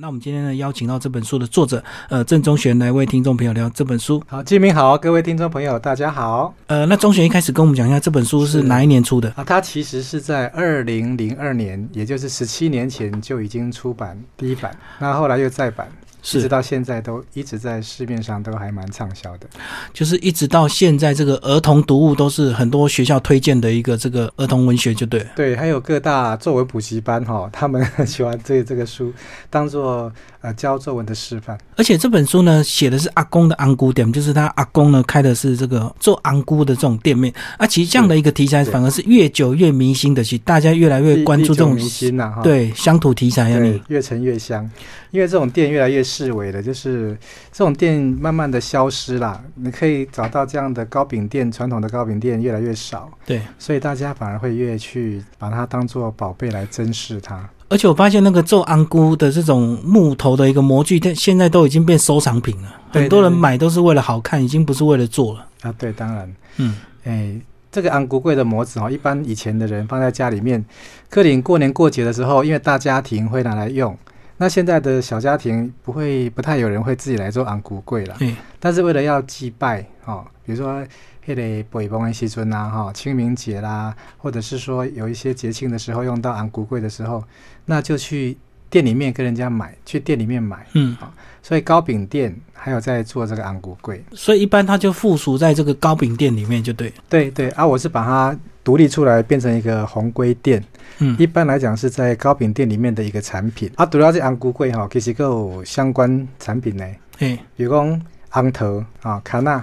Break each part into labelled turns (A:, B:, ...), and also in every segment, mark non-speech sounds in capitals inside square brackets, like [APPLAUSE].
A: 那我们今天呢，邀请到这本书的作者，呃，郑中玄来为听众朋友聊这本书。
B: 好，季明好，各位听众朋友，大家好
A: 呃，那中玄一开始跟我们讲一下这本书是
B: 是
A: 哪一年出的？
B: 啊！它其实是在二零零二年，也就是十七年前就已经出版第一版，那后来又再版，一直
A: 是，
B: 到现在都一直在市面上都还蛮畅销的。
A: 就是一直到现在，这个儿童读物都是很多学校推荐的一个这个儿童文学，就对了。
B: 对，还有各大作文补习班哈、他们 [LAUGHS] 很喜欢对这个书当做呃教作文的示范。
A: 而且这本书呢，写的是阿公的安姑店，就是他阿公呢开的是这个做安姑的这种店面。啊，其实这样的一个题材，
B: 对
A: 反而是越久越明星的，其实大家越来越
B: 历
A: 关注
B: 历
A: 这
B: 久
A: 种
B: 弥新呐、哈。
A: 对乡土题材啊，
B: 对
A: 你，
B: 越陈越香，因为这种店越来越式微了，就是这种店慢慢的消失啦。你可以找到这样的糕饼店，传统的糕饼店越来越少，
A: 对。
B: 所以大家反而会越去把它当做宝贝来珍视它。
A: 而且我发现那个做安菇的这种木头的一个模具，但现在都已经变收藏品了。
B: 对
A: 很多人
B: 对对
A: 买都是为了好看，已经不是为了做了。
B: 啊，对，当然，
A: 嗯，
B: 哎，这个昂古贵的模子哦，一般以前的人放在家里面，克林过年过节的时候，因为大家庭会拿来用。那现在的小家庭不会不太有人会自己来做昂古贵了，
A: 对，
B: 但是为了要祭拜哦，比如说迄个北方的西尊啊，哈、清明节啦，或者是说有一些节庆的时候用到昂古贵的时候，那就去店里面跟人家买，去店里面买。
A: 嗯，
B: 所以糕饼店还有在做这个昂古贵，
A: 所以一般它就附属在这个糕饼店里面就对了。
B: 对对啊，我是把它独立出来变成一个红龟店。
A: 嗯，
B: 一般来讲是在糕饼店里面的一个产品。啊，除了这昂古贵哈，其实还有相关产品呢，
A: 哎，
B: 比如讲昂头啊、卡纳、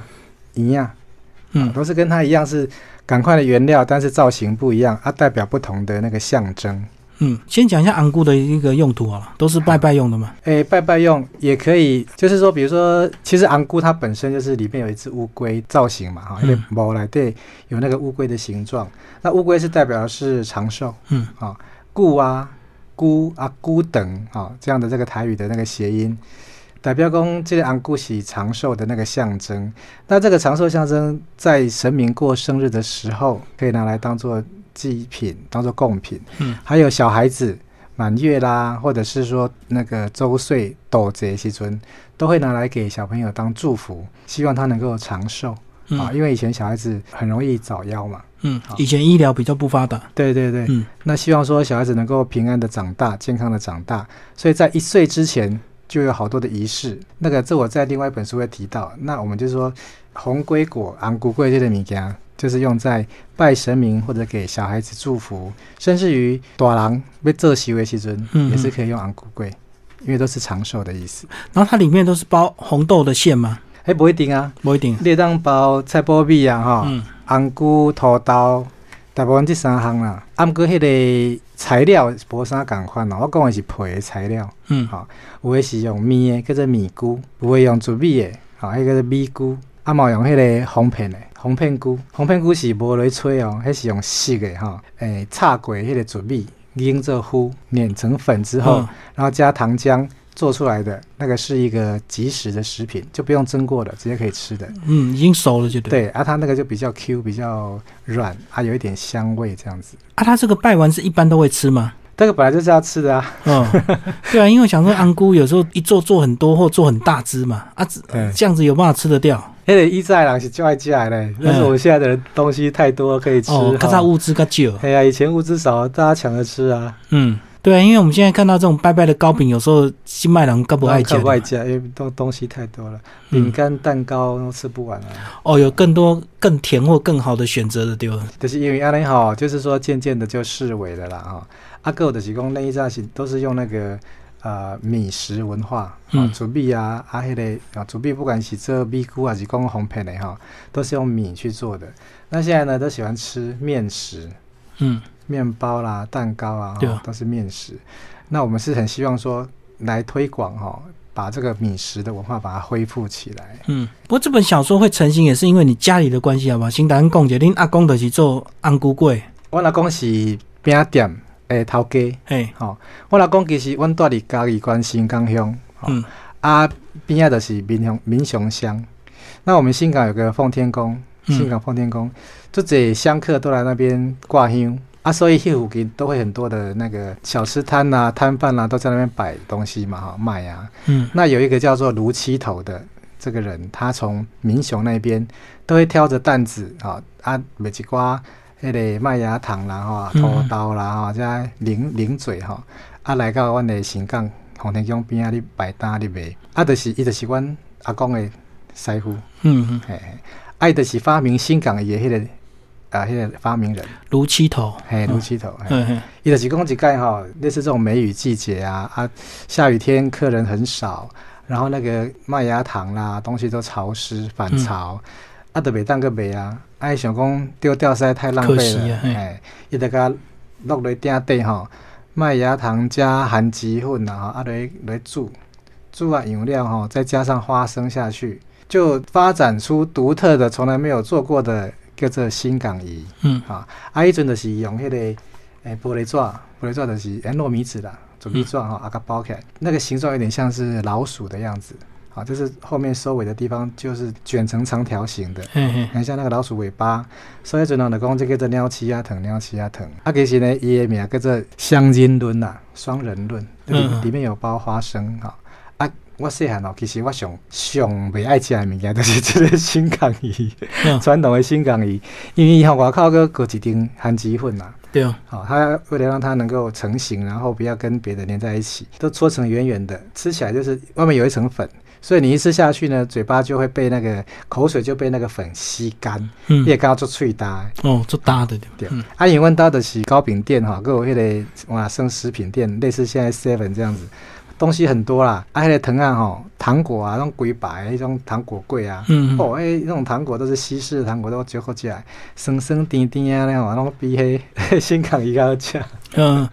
B: 银啊，
A: 嗯，
B: 都是跟它一样是赶快的原料，但是造型不一样，啊，代表不同的那个象征。
A: 嗯，先讲一下安菇的一个用途好了，都是拜拜用的嘛。
B: 诶，拜拜用也可以，就是说，比如说，其实昂姑它本身就是里面有一只乌龟造型嘛，哈、
A: 嗯
B: 因为毛来对有那个乌龟的形状，那乌龟是代表的是长寿，
A: 嗯，
B: 啊、故啊，孤啊，孤等啊、这样的这个台语的那个谐音，代表公这个昂姑喜长寿的那个象征。那这个长寿象征在神明过生日的时候，可以拿来当做祭品，当做贡品，
A: 嗯，
B: 还有小孩子。满月啦，或者是说那个周岁、斗节、西尊，都会拿来给小朋友当祝福，希望他能够长寿、啊。
A: 嗯
B: 因为以前小孩子很容易早夭嘛，
A: 嗯
B: 好，
A: 以前医疗比较不发达。
B: 对对对，
A: 嗯
B: 那希望说小孩子能够平安的长大，健康的长大，所以在一岁之前就有好多的仪式。那个这我在另外一本书会提到。那我们就说红龟果、昂古贵这类物件，就是用在拜神明或者给小孩子祝福，甚至于大郎被做席为西尊，
A: 嗯
B: 也是可以用昂古贵，因为都是长寿的意思。
A: 然后它里面都是包红豆的馅嘛，
B: 哎，不一定啊，
A: 不一定。
B: 你当包菜包米啊，哈、
A: 嗯，
B: 红菇、土豆，大部分这三项啦。啊，毋过迄个材料是无啥共款咯。我讲的是皮的材料，
A: 嗯
B: 好有的是用面的，叫做面菇；有的用糯米的，吼、迄叫做米菇。啊，嘛有用迄个烘片的，烘片菇，烘片菇是无落去吹哦，迄是用熟的吼，诶、炒过的迄个糯米，凝做糊，碾成粉之后，
A: 嗯
B: 然后加糖浆做出来的那个是一个即食的食品，就不用蒸过的，直接可以吃的。
A: 嗯，已经熟了就对。。
B: 对，啊，它那个就比较 Q，比较软，啊，有一点香味这样子。
A: 啊，它这个拜完是一般都会吃吗？
B: 这个本来就是要吃的啊，
A: 哦，
B: [LAUGHS]
A: 对啊，因为我想说安菇有时候一做做很多或做很大只嘛，啊，只
B: 对
A: 这样子有办法吃得掉
B: 那个一在人是就爱加嘞，但是我们现在的人东西太多可以吃，
A: 嗯哦，咔嚓
B: 哈
A: 物资咔久，
B: 哎呀，以前物资少，大家抢着吃啊，
A: 嗯，对啊，因为我们现在看到这种拜拜的糕饼，有时候新麦郎更不爱
B: 靠
A: 吃
B: 不爱加，因为东东西太多了，饼
A: 嗯，
B: 干、蛋糕都吃不完啊。
A: 哦，有更多更甜或更好的选择的地方，
B: 就是因为安尼吼，就是说渐渐的就视为了啦哈。阿哥的是讲那一阵是都是用那个呃米食文化，
A: 嗯
B: 啊，煮米啊，啊，迄、个啊，煮米不管是做米糊还是讲烘焙的哈，都是用米去做的。那现在呢，都喜欢吃面食，
A: 嗯
B: 面包啦、蛋糕啊，
A: 对啊
B: 都是面食。那我们是很希望说来推广哈，把这个米食的文化把它恢复起来。
A: 嗯。不过这本小说会成型，也是因为你家里的关系，好不好？新达跟共姐，恁阿公的是做安菇粿，
B: 我老公是饼店诶头家，
A: 嘿，
B: 吼、我老公其实阮住伫嘉义县新港乡，吼、
A: 嗯
B: 啊边仔就是民雄民雄乡。那我们新港有个奉天宫，
A: 嗯
B: 新港奉天宫，就这香客都来那边挂香，啊，所以西湖给都会很多的那个小吃摊呐、摊贩啊呐，都在那边摆东西嘛，哈，卖啊。
A: 嗯，
B: 那有一个叫做卢七头的这个人，他从民雄那边都会挑着担子啊啊，美吉瓜、迄个麦芽糖啦哈、
A: 嗯
B: 土豆啦啊哈，加零零嘴哈，啊来到阮的新港洪天宫边啊咧摆摊咧卖，啊就是伊就是阮阿公的师傅，
A: 嗯，嗯
B: 嘿，嘿啊伊就是发明新港的迄、那个啊迄、那个发明人，
A: 卢七头，
B: 嘿卢七头，嘿
A: 嘿嘿，
B: 伊就是讲一概吼，类似这种梅雨季节啊啊，下雨天客人很少，然后那个麦芽糖啦，东西都潮湿反潮，啊，都袂当个卖啊，啊，伊想讲丢掉实在太浪
A: 可
B: 费
A: 惜
B: 了
A: 啊，嘿
B: 哎，伊就甲落去鼎底吼，麦芽糖加含鸡粉啊，啊，来来煮，煮啊用料吼，再加上花生下去，就发展出独特的、从来没有做过的叫做新港鱼。
A: 嗯
B: 啊，啊，迄阵就是用迄、个诶玻璃纸，玻璃纸就是诶糯米纸啦，糯米纸哈，啊甲包起来，那个形状有点像是老鼠的样子，啊，就是后面收尾的地方就是卷成长条形的。
A: 嘿嘿，
B: 很像那个老鼠尾巴，所以迄阵人就讲这叫做鸟鼠啊藤，鸟鼠啊藤。啊，其实呢，伊的名叫做双人论啦，双人论，里
A: 嗯
B: 里面有包花生哈、啊，我细汉哦，其实我上上袂爱食的物件，就是这个新港鱼。
A: 嗯
B: 传统的新港鱼，因为伊向外口个裹一层番薯粉嘛，
A: 对哦，
B: 好、它为了让它能够成型，然后不要跟别的粘在一起，都搓成圆圆的，吃起来就是外面有一层粉，所以你一吃下去呢，嘴巴就会被那个口水就被那个粉吸干，
A: 嗯
B: 你，也刚做脆搭的。
A: 哦，做搭的对吧，
B: 对
A: 嗯，
B: 啊，因为阮兜的是糕饼店哈，还有迄、个哇生食品店，类似现在 Seven 这样子，东西很多啦。啊，迄、个糖啊吼，糖果啊，那种鬼白，迄种糖果柜啊，
A: 嗯，
B: 哦，诶，那种糖果都是西式的糖果，都折合起来，酸酸甜甜啊，那种，拢比迄 [LAUGHS] 新港伊较好吃。
A: 嗯，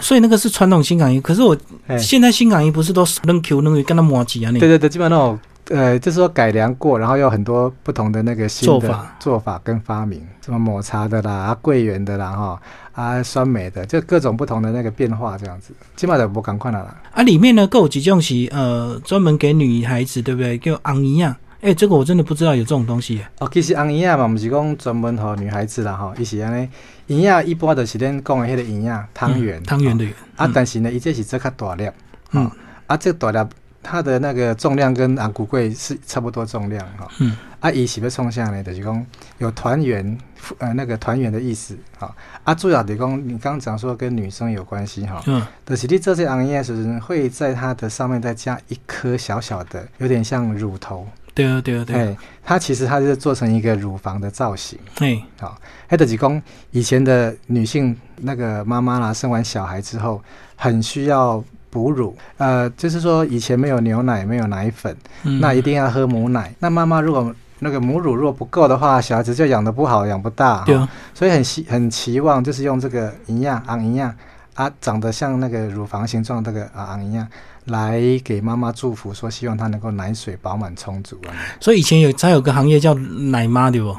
A: 所以那个是传统新港鱼，可是我
B: 嘿
A: 现在新港鱼不是都是扔 Q 扔鱼，跟它磨叽啊那
B: 哎对，对对，基本上那种，呃，就是说改良过，然后有很多不同的那个新的
A: 做法
B: 做法跟发明，什么抹茶的啦，啊桂圆的啦，哈，啊酸梅的，就各种不同的那个变化这样子，基本上就无赶快了啦。
A: 啊，里面呢够有几种是呃专门给女孩子对不对？叫昂姨啊，哎，这个我真的不知道有这种东西，
B: 哦，其实红衣啊嘛，毋是讲专门互女孩子啦，吼，伊是安尼，营啊一般就是咱讲的迄个营啊汤圆，
A: 嗯汤圆
B: 哦
A: 的圆，
B: 啊
A: 嗯，
B: 但是呢，伊这是做较大粒，
A: 嗯
B: 啊，这个大粒它的那个重量跟红骨桂是差不多重量哈、
A: 嗯
B: 啊，伊是要创啥呢？就是讲有团圆，呃，那个团圆的意思哈、啊，主要就是讲你刚刚讲说跟女生有关系哈、
A: 嗯
B: 就是你做这行业的时候，会在它的上面再加一颗小小的，有点像乳头，
A: 对啊对啊对啊，
B: 哎，它其实它就是做成一个乳房的造型。
A: 哎，
B: 还就是讲以前的女性那个妈妈啦，生完小孩之后很需要哺乳，呃，就是说以前没有牛奶，没有奶粉，
A: 嗯
B: 那一定要喝母奶。那妈妈如果那个母乳若不够的话，小孩子就养得不好，养不大。
A: 对啊，
B: 所以很希很期望，就是用这个营养昂营养啊，长得像那个乳房形状这个啊昂营养来给妈妈祝福，说希望她能够奶水饱满充足
A: [LAUGHS]
B: 啊。
A: 所以以前有才有个行业叫奶妈对不？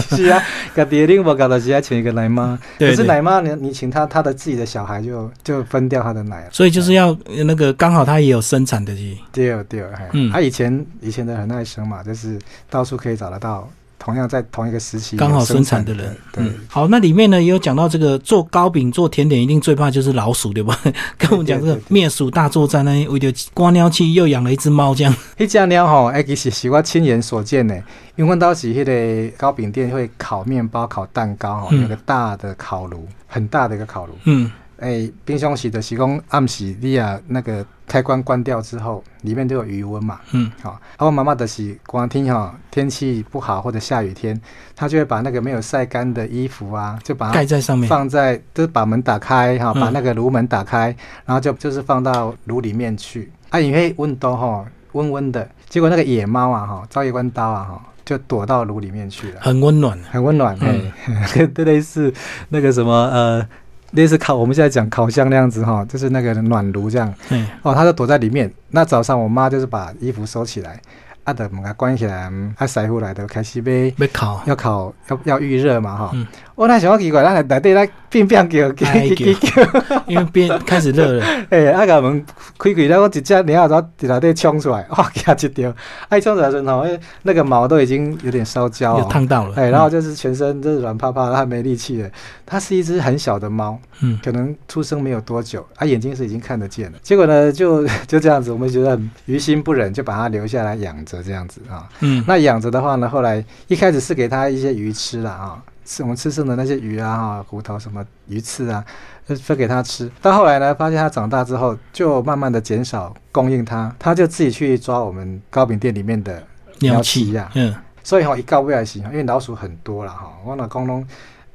B: 是啊，个别另外搞的是要啊请一个奶妈。
A: 对
B: 可是
A: 对
B: 奶妈你你请她，她的自己的小孩就就分掉她的奶了。
A: 所以就是要呃那个刚好他也有生产的机，
B: 对对，哎
A: 嗯
B: 她、以前以前的很爱生嘛，就是到处可以找得到，同样在同一个时期
A: 刚好
B: 有
A: 生
B: 生
A: 产
B: 产
A: 的人。
B: 对，
A: 嗯，好，那里面呢也有讲到这个做糕饼、做甜点，一定最怕就是老鼠，对
B: [LAUGHS]
A: 吧？跟我们讲这
B: 对
A: 个
B: 对对
A: 灭鼠大作战呢，为了刮尿器又养了一只猫，这样。
B: 迄只猫吼，哎，其实是我亲眼所见的，因为阮当时迄个糕饼店会烤面包、烤蛋糕吼，
A: 嗯
B: 有个大的烤炉，很大的一个烤炉。
A: 嗯，
B: 哎、冰箱时就是讲暗时你啊那个开关关掉之后，里面都有余温嘛。
A: 嗯，
B: 好、啊，我妈妈就是光天哈、天气不好或者下雨天，她就会把那个没有晒干的衣服啊，就把它
A: 盖在上面。
B: 放在，就是把门打开哈、
A: 嗯
B: 把那个炉门打开，然后就就是放到炉里面去。啊，因为温度哈温温的，结果那个野猫啊哈，遭一关刀啊哈，就躲到炉里面去了，
A: 很温暖
B: 很温暖，哎
A: 嗯、
B: [LAUGHS] 跟类似那个什么呃。类似烤，我们现在讲烤箱那样子哈，就是那个暖炉这样
A: 哎，
B: 哦，它就躲在里面。那早上我妈就是把衣服收起来，啊，的门给它关起来，嗯啊，师傅来的开始呗，
A: 被
B: [LAUGHS]
A: 烤。
B: 要烤要要预热嘛哈
A: 嗯。
B: 我那想要奇怪，咱内底咱变变叫
A: [LAUGHS] 哎
B: 叫叫叫，
A: 因为边开始热了，
B: 哎，啊个门开开了，我一只然后然后底下底冲出来， [LAUGHS] 哇，给它一掉，哎，冲出来的时候，那那个毛都已经有点烧焦、
A: 又
B: [LAUGHS] 哦，
A: 烫到了。
B: 哎，然后就是全身就是软趴趴，它没力气了。它是一只很小的猫，
A: 嗯，
B: 可能出生没有多久，啊，眼睛是已经看得见了。结果呢，就 [LAUGHS] 就这样子，我们觉得很于心不忍，就把它留下来养着这样子啊。
A: 嗯
B: 那养着的话呢，后来一开始是给它一些鱼吃了啊，吃我们吃剩的那些鱼啊、哈骨头什么鱼刺啊，就分给它吃。到后来呢，发现它长大之后，就慢慢的减少供应它，它就自己去抓我们糕饼店里面的
A: 鸟
B: 鸟
A: 气
B: 气啊
A: 嗯
B: 所以吼、伊到尾也是吼，因为老鼠很多啦吼，我若讲拢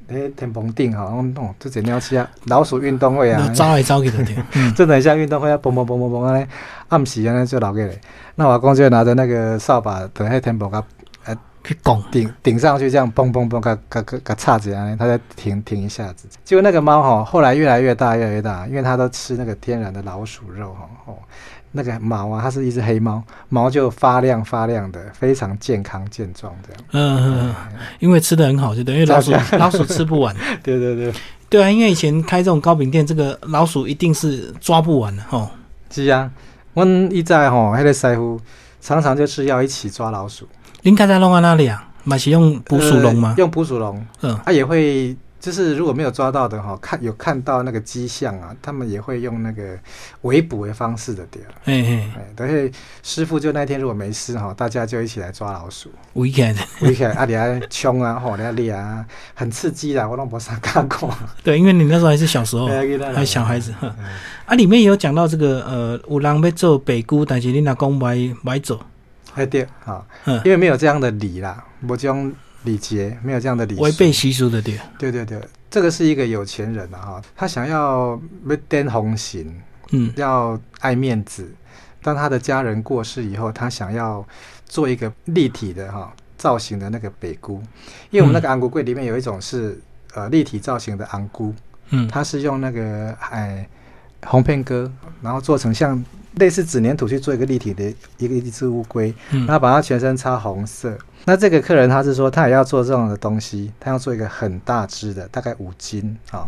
B: 咧天棚顶吼，拢弄做一鸟鼠啊，老鼠运动会啊
A: 那，招来招去的对，嗯
B: 真的很像运动会啊，砰砰砰砰砰安尼，暗时安尼做老个咧。那我公就拿着那个扫把，等迄天棚甲
A: 去拱，
B: 顶顶上去，这样砰砰砰，嘎嘎嘎嘎叉子啊，它再停停一下子。结果那个猫哈、后来越来越大，越来越大，因为它都吃那个天然的老鼠肉哈、哦，那个毛啊，它是一只黑猫，毛就发亮发亮的，非常健康健壮这样。
A: 嗯嗯，嗯
B: 哎
A: 因为吃的很好，就等于
B: [LAUGHS]
A: 老鼠
B: 大
A: 老鼠吃不完。
B: 对对对，
A: 对啊，因为以前开这种糕饼店，这个老鼠一定是抓不完的吼。
B: 是啊，阮以前吼，迄、个师傅常常就吃药一起抓老鼠，
A: 您刚才弄到哪里啊？买是用捕鼠笼吗
B: 呃？用捕鼠笼，
A: 嗯
B: 他、也会就是如果没有抓到的哈，看有看到那个迹象啊，他们也会用那个围捕的方式的对了。
A: 嘿嘿
B: 哎，但是师傅就那天如果没事哈，大家就一起来抓老鼠，
A: ，weekend，
B: 围起来啊，你啊冲啊，吼你啊猎啊，很刺激啦，我拢无啥干过。
A: [LAUGHS] 对，因为你那时候还是小时候，
B: 哎那
A: 哦还小孩子。呵
B: 嗯
A: 啊，里面也有讲到这个呃，有人要做北姑，但是你老公买买走，
B: 哎对，哈
A: 嗯，
B: 因为没有这样的礼啦，无这种礼节，没有这样的礼
A: 违
B: 数。
A: 背习俗的对。
B: 对对对，这个是一个有钱人啊，哈，他想要要登红行，
A: 嗯
B: 要爱面子。当他的家人过世以后，他想要做一个立体的哈、造型的那个北菇，因为我们那个昂菇柜里面有一种是呃立体造型的昂菇，
A: 嗯，
B: 它是用那个哎红片哥，然后做成像类似纸粘土去做一个立体的一个一只乌龟，
A: 嗯
B: 然后把它全身擦红色。那这个客人他是说他也要做这样的东西，他要做一个很大只的，大概五斤啊，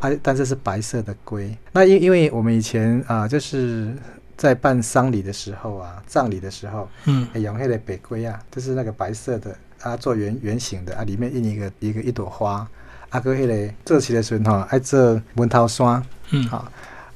B: 啊，但是是白色的龟。那因因为我们以前啊、就是在办丧礼的时候啊，葬礼的时候，
A: 嗯
B: 哎养黑的北龟啊，就是那个白色的啊，做圆圆形的啊，里面印一个一个一朵花。啊，搁迄个做起的时阵吼，爱做文头山，
A: 嗯
B: 好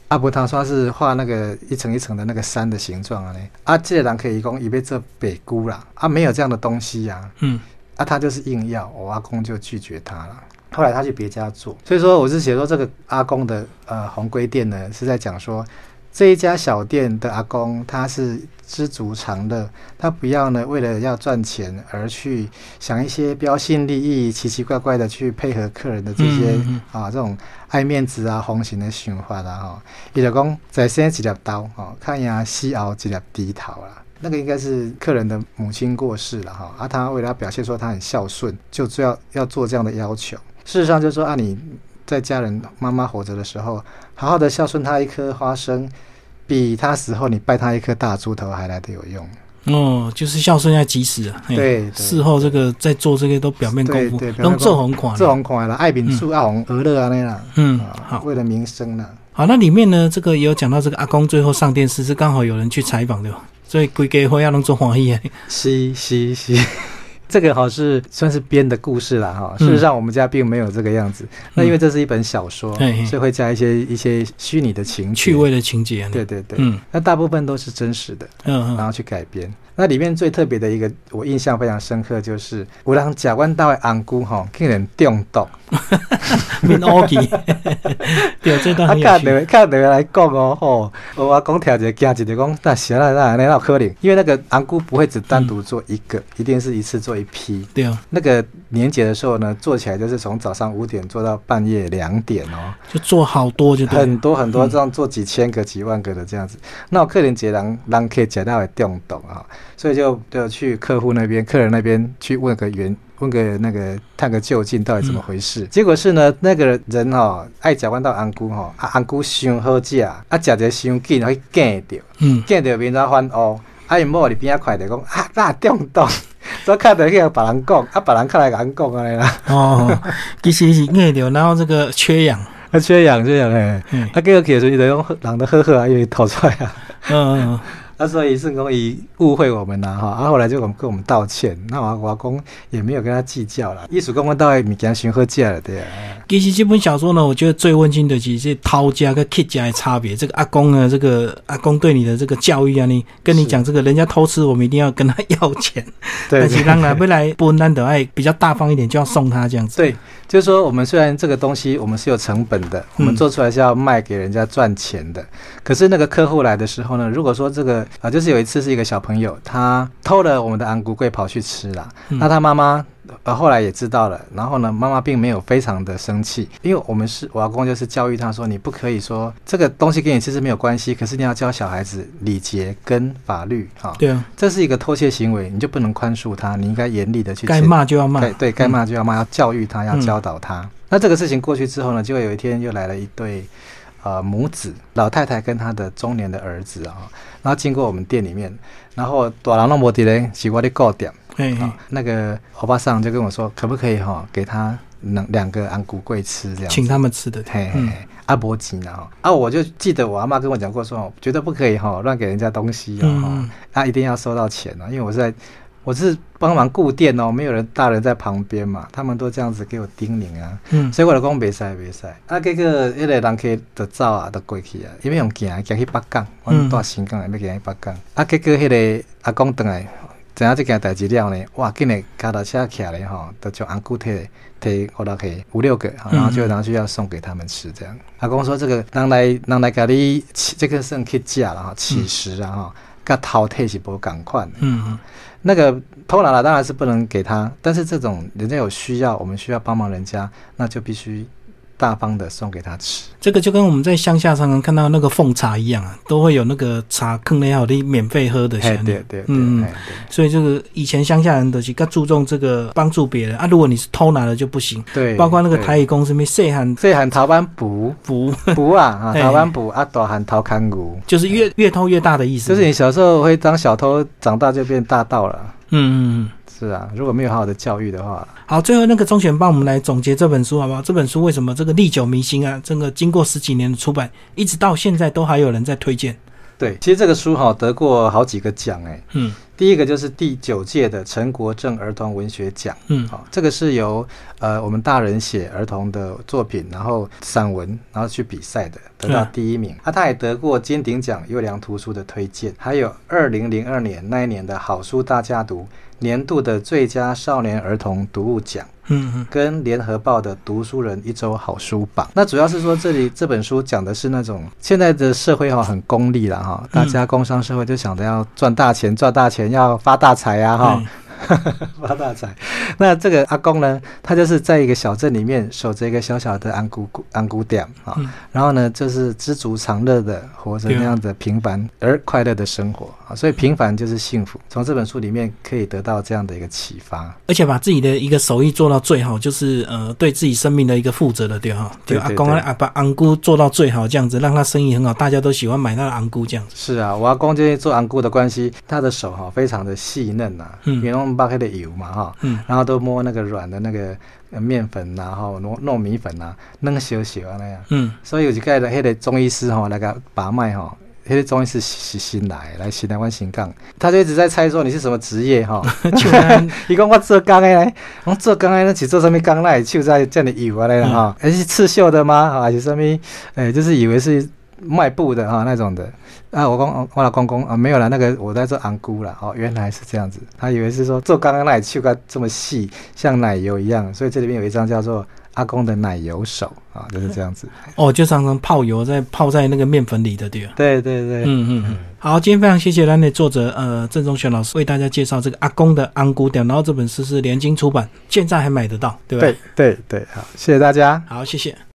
B: 啊，文头山是画那个一层一层的那个山的形状啊嘞。啊，这个人可以讲伊要做北姑啦，啊，没有这样的东西呀、啊。
A: 嗯，
B: 啊，他就是硬要，我阿公就拒绝他了。后来他去别家做，所以说我是写说这个阿公的呃红龟店呢，是在讲说这一家小店的阿公他是知足常乐，他不要呢为了要赚钱而去想一些标新立异、奇奇怪怪的去配合客人的这些、
A: 嗯嗯
B: 啊这种爱面子啊、红心的想法啦、吼，伊就讲再生一粒刀吼，看呀西熬一粒低头啦。那个应该是客人的母亲过世了哈，啊，他为了要表现说他很孝顺，就就要要做这样的要求。事实上就是说啊，你在家人妈妈活着的时候，好好的孝顺她一颗花生，比她死后你拜她一颗大猪头还来得有用。
A: 哦，就是孝顺要及时啊。嘿
B: 对对
A: 事后这个在做这个都表面功夫
B: 对对，表面
A: 都
B: 功夫
A: 做红款。
B: 这种款啦，爱民主爱红鹅乐啊那啦，
A: 哦嗯，
B: 啊
A: 好
B: 为了民生啦。
A: 好，那里面呢，这个也有讲到这个阿公最后上电视是刚好有人去采访的，所以规家伙要弄做欢喜的。
B: 是是是， [LAUGHS] 这个哈是算是编的故事啦哈。
A: 嗯
B: 事实上，我们家并没有这个样子。那因为这是一本小说，
A: 嗯嘿嘿
B: 所以会加一些一些虚拟的情节
A: 趣。味的情节。
B: 对，对啊对，
A: 嗯
B: 那大部分都是真实的，
A: 嗯
B: 然
A: 嗯，
B: 后去改编。那里面最特别的一个，我印象非常深刻，就是有人假官大卫昂姑哈，给人中毒，
A: 面 o k [LAUGHS] 对，这段
B: 啊，
A: 很
B: 看
A: 有趣。
B: 得看得来讲哦吼，我阿公听一个惊一个讲，那行了那那那可能，因为那个昂姑不会只单独做一个，一定是一次做一批。
A: 对啊，
B: 那个年节的时候呢，做起来就是从早上五点做到半夜两点哦，
A: 就做好多就对了。
B: 很多很多这样做几千个、几万个的这样子。那我客人节人人可以接到的动懂啊，所以就就去客户那边、客人那边去问个原。问个那个探个究竟到底怎么回事？结果是呢，那个人哦，爱食阮到红菇吼、啊红菇伤好食，啊食者伤紧，会惊着。
A: 嗯，
B: 见到面怎反乌，啊因某伫边仔看着讲 [LAUGHS] 啊那中毒， [LAUGHS] 所以看到去给
A: [LAUGHS]
B: 别人讲，啊别人较来甲阮讲安尼啦，
A: 哦，其实是饿着，然后这个缺氧，
B: [LAUGHS]
A: 嗯
B: 啊缺氧缺氧哎，
A: 嘿
B: 啊，这个解释伊就用人的呵呵啊，因为逃出来啊，
A: 嗯、嗯
B: [LAUGHS] 啊，所以是讲伊误会我们啦哈，啊，后来就跟我们跟我们道歉，那我我公也没有跟他计较了，艺术公公到物件先喝价了对啊，
A: 其实这本小说呢，我觉得最温馨的其实是涛家跟 Kid 家的差别。这个阿公呢，这个阿公对你的这个教育啊，你跟你讲这个人家偷吃，我们一定要跟他 [LAUGHS] 要钱。
B: 对
A: 但是当然未来不难得爱比较大方一点，就要送他这样子。
B: 对，就是说我们虽然这个东西我们是有成本的，我
A: 嗯
B: 们做出来是要卖给人家赚钱的，可是那个客户来的时候呢，如果说这个啊，就是有一次是一个小朋友他偷了我们的昂古贵跑去吃啦，
A: 嗯
B: 那他妈妈。呃，后来也知道了，然后呢，妈妈并没有非常的生气，因为我们是我阿公就是教育他说，你不可以说这个东西给你吃是没有关系，可是你要教小孩子礼节跟法律啊，
A: 对啊，
B: 这是一个偷窃行为，你就不能宽恕他，你应该严厉的去
A: 该
B: 谴
A: 骂就要骂
B: 该。对该骂就要骂，要教育他，要
A: 嗯
B: 教导他。那这个事情过去之后呢，结果有一天又来了一对呃母子，老太太跟她的中年的儿子啊、然后经过我们店里面，然后大郎弄摩迪嘞，是我的糕点
A: 嘿嘿
B: 啊，那个欧巴桑就跟我说，可不可以哈、给他两两个安骨桂吃这样子
A: 请。他们吃的。
B: 嘿嘿
A: 嗯
B: 嘿，阿伯吉呢？哈啊，我就记得我阿妈跟我讲过说，绝对不可以哈乱给人家东西啊，
A: 嗯
B: 哈啊一定要收到钱啊，因为我是在我是帮忙顾店哦，没有人大人在旁边嘛，他们都这样子给我叮咛啊，
A: 嗯，
B: 所以我就讲袂使袂使，啊，结果迄个人客就走啊，就过去啊，因为用行行去北港，我
A: 嗯
B: 住新港，要行去北港，啊，结果迄个阿公倒来。知影即件代志了呢，哇！竟然脚踏车徛咧吼，就将红姑摕摕五六个五六个，然后就拿去要送给他们吃这样。阿公说这个人来人来甲你起这个算去食了吼，起食啊吼，甲淘汰是无共款的。
A: 嗯嗯
B: 那个偷懒了当然是不能给他，但是这种人家有需要，我们需要帮忙人家，那就必须大方的送给他吃。
A: 这个就跟我们在乡下常常看到那个奉茶一样啊，都会有那个茶坑内有的免费喝的。
B: 哎，
A: 像
B: 对对对，
A: 嗯
B: 哎
A: 所以这个以前乡下人都是更注重这个帮助别人啊，如果你是偷拿了就不行。
B: 对，对
A: 包括那个
B: 对
A: 台，语公司面细汉
B: 所以喊台湾补
A: 服，
B: 补啊，啊，
A: 哎
B: 台湾补啊，大喊逃看骨，
A: 就是越越偷越大的意思。
B: 就是你小时候会当小偷，长大就变大盗了。
A: 嗯嗯嗯。
B: 是啊，如果没有好好的教育的话，
A: 好，最后那个钟选帮我们来总结这本书好不好？这本书为什么这个历久弥新啊？这个经过十几年的出版，一直到现在都还有人在推荐。
B: 对，其实这个书哈得过好几个奖哎，
A: 嗯
B: 第一个就是第九届的陈国正儿童文学奖。
A: 嗯
B: 好、这个是由呃我们大人写儿童的作品，然后散文，然后去比赛的，得到
A: 嗯
B: 第一名。啊，他也得过金鼎奖优良图书的推荐，还有二零零二年那一年的好书大家读年度的最佳少年儿童读物奖。
A: 嗯嗯
B: 跟联合报的读书人一周好书榜。那主要是说这里这本书讲的是那种现在的社会哈、很功利了哈、大家工商社会就想着要赚大钱，赚大钱要发大财啊
A: 嗯
B: 哈、 [LAUGHS] 发大财。那这个阿公呢，他就是在一个小镇里面守着一个小小的安姑安姑店啊，
A: 嗯
B: 然后呢，就是知足常乐的活着
A: 对啊
B: 那样的平凡而快乐的生活啊，所以平凡就是幸福。从这本书里面可以得到这样的一个启发。
A: 而且把自己的一个手艺做到最好，就是呃对自己生命的一个负责的对哈。
B: 对
A: 阿
B: 对
A: 公啊
B: 对
A: 啊把昂菇做到最好这样子，让他生意很好，大家都喜欢买他的昂菇这样子。
B: 是啊，我阿公就是做安姑的关系，他的手哈、非常的细嫩呐、啊，
A: 嗯
B: 因为弄把黑的油嘛哈、
A: 嗯
B: 然后都摸那个软的那个呃面粉呐、啊，哈、糯糯米粉呐、啊，弄小小啊那样。 [LAUGHS]
A: 嗯
B: 所以有一届的迄个中医师吼、来个把脉吼、迄、个中医师是是新来的来新来湾新港，他就一直在猜说你是什么职业 [LAUGHS] 吼、
A: 就那
B: 伊讲我做工的，我哦做工的，那是做什么工来？手在这里油啊嘞哈，还、是刺绣的吗？啊，还是什么？诶、就是以为是卖布的哈、那种的。啊，我公我老公公啊，没有啦，那个我在做昂菇啦。哦，原来是这样子，他以为是说做刚刚那手干这么细，像奶油一样，所以这里面有一张叫做阿公的奶油手啊，就是这样子。
A: 哦，就常常泡油在泡在那个面粉里的对啊。
B: 对对对，
A: 嗯嗯嗯，好，今天非常谢谢咱的作者呃郑中选老师为大家介绍这个阿公的安姑调，然后这本书是联经出版，现在还买得到，对不对？
B: 对对对，好，谢谢大家。
A: 好，谢谢。